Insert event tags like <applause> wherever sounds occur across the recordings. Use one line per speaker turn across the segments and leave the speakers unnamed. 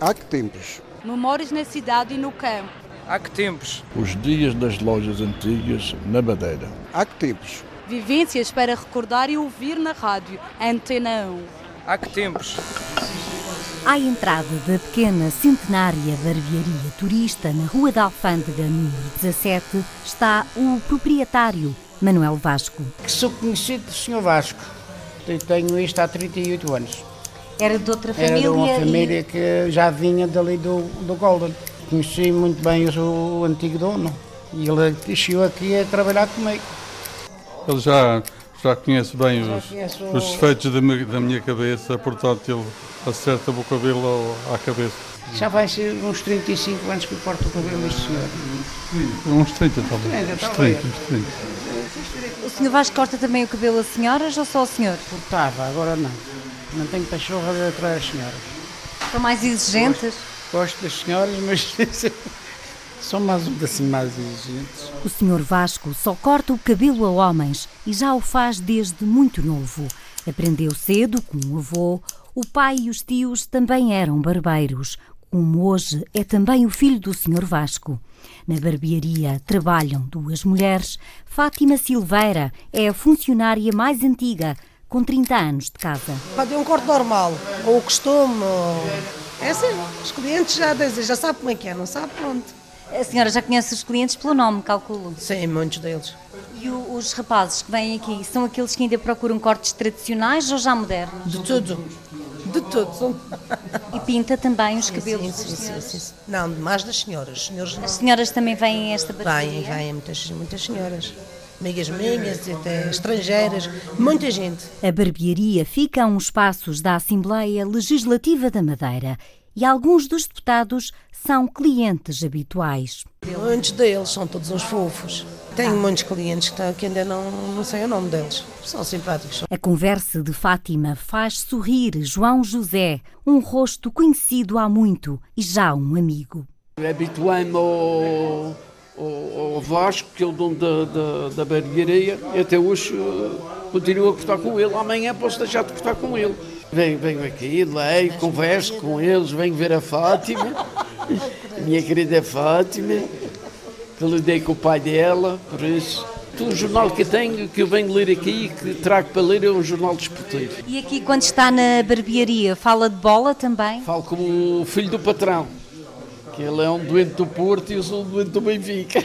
Há que tempos?
Memórias na cidade e no campo.
Há que tempos?
Os dias das lojas antigas na Madeira.
Há que tempos?
Vivências para recordar e ouvir na rádio. Antena 1.
Há que tempos?
À entrada da pequena centenária barbearia turista na Rua da Alfândega, número 17, está o proprietário, Manuel Vasco.
Que sou conhecido do Sr. Vasco. Eu tenho isto há 38 anos.
Era de outra família.
Era de uma
e-
família que já vinha dali do, do Golden. Conheci muito bem o, o antigo dono. E ele chegou aqui a trabalhar comigo.
Ele já, já conhece bem
Já
os,
conhece o-
os defeitos da, mi- da minha cabeça, portanto ele acerta-me o cabelo ao- à cabeça.
Já vai ser uns 35 anos que eu corto o cabelo deste senhor.
Uns 30 talvez.
30,
Uns
talvez.
30, uns 30.
O senhor Vasco corta também o cabelo a senhoras ou só o senhor?
Cortava, agora não. Não tenho pachorra de atrás das senhoras.
São mais exigentes?
Gosto das senhoras, mas <laughs> são mais, um assim, mais exigentes.
O senhor Vasco só corta o cabelo a homens e já o faz desde muito novo. Aprendeu cedo com o avô. O pai e os tios também eram barbeiros, como hoje é também o filho do senhor Vasco. Na barbearia trabalham duas mulheres. Fátima Silveira é a funcionária mais antiga, com 30 anos de casa.
Fazer um corte normal, ou o costume. Ou... É assim, os clientes já dizem, já sabem como é que é, não sabe? Pronto.
A senhora já conhece os clientes pelo nome, calculo.
Sim, muitos deles.
E o- os rapazes que vêm aqui são aqueles que ainda procuram cortes tradicionais ou já modernos?
De tudo. De tudo.
E pinta também os
Sim,
cabelos.
sim,
dos
sim,
senhores.
sim, sim. Não, mais das senhoras. Os senhores
As
não.
senhoras também vêm a esta
Vêm,
bateria?
vêm muitas, muitas senhoras. Amigas minhas, e até estrangeiras, muita gente.
A barbearia fica a uns passos da Assembleia Legislativa da Madeira e alguns dos deputados são clientes habituais.
Muitos deles são todos uns fofos. Tenho muitos clientes que, estão- que ainda não, não sei o nome deles. São simpáticos.
A conversa de Fátima faz sorrir João José, um rosto conhecido há muito e já um amigo.
Habituei-me É ao, ao- ao Vasco, que é o dono da, da, da barbearia, e até hoje eh, continuo a cortar com ele. Amanhã posso deixar de cortar com ele. Venho, venho aqui, leio, converso com eles, venho ver a Fátima, <laughs> minha querida Fátima, que lidei com o pai dela, por isso. O jornal que eu tenho, que eu venho ler aqui, que trago para ler, é um jornal desportivo.
E aqui, quando está na barbearia, fala de bola também?
Falo como o filho do patrão, que ele é um doente do Porto e eu sou um doente do Benfica.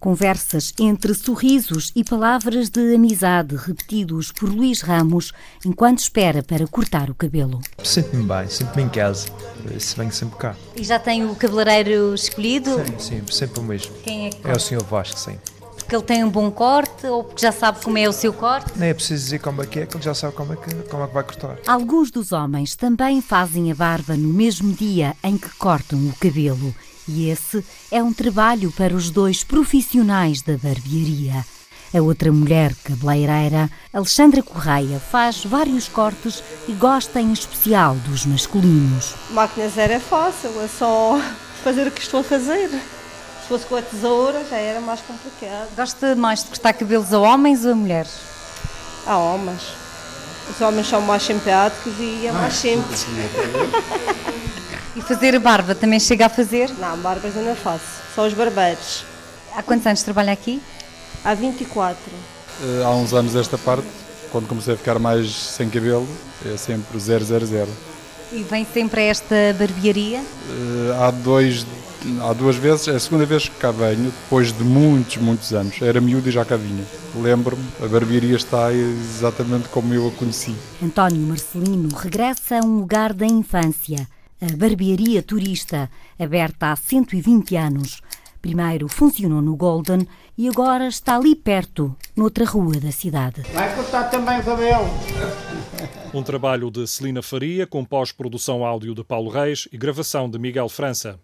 Conversas entre sorrisos e palavras de amizade repetidos por Luís Ramos enquanto espera para cortar o cabelo.
Sinto-me bem, sinto-me em casa. Por isso venho sempre cá.
E já tem o cabeleireiro escolhido?
Sim, sempre, sempre o mesmo.
Quem é que
É o Sr. Vasco, sim.
Porque ele tem um bom corte ou porque já sabe como é o seu corte?
Nem é preciso dizer como é que é, que ele já sabe como é que, como é que vai cortar.
Alguns dos homens também fazem a barba no mesmo dia em que cortam o cabelo. E esse é um trabalho para os dois profissionais da barbearia. A outra mulher cabeleireira, Alexandra Correia, faz vários cortes e gosta em especial dos masculinos.
Máquina zero é fácil, é só fazer o que estou a fazer. Se fosse com a tesoura já era mais complicado.
Gosta mais de cortar cabelos a homens ou a mulheres?
Há homens. Os homens são mais simpáticos e é mais simples.
E fazer a barba também chega a fazer?
Não, barbas eu não faço. Só os barbeiros.
Há quantos anos trabalha aqui?
Há 24.
Eh, Há uns anos desta parte, quando comecei a ficar mais sem cabelo, é sempre 000.
E vem sempre a esta barbearia?
Eh, Há, dois, há duas vezes, é a segunda vez que cá venho, depois de muitos, muitos anos. Era miúdo e já cá vinha. Lembro-me, a barbearia está exatamente como eu a conheci.
António Marcelino regressa a um lugar da infância, a Barbearia Turista, aberta há 120 anos. Primeiro funcionou no Golden e agora está ali perto, noutra rua da cidade.
Vai cortar também o cabelo.
Um trabalho de Celina Faria, com pós-produção áudio de Paulo Reis e gravação de Miguel França.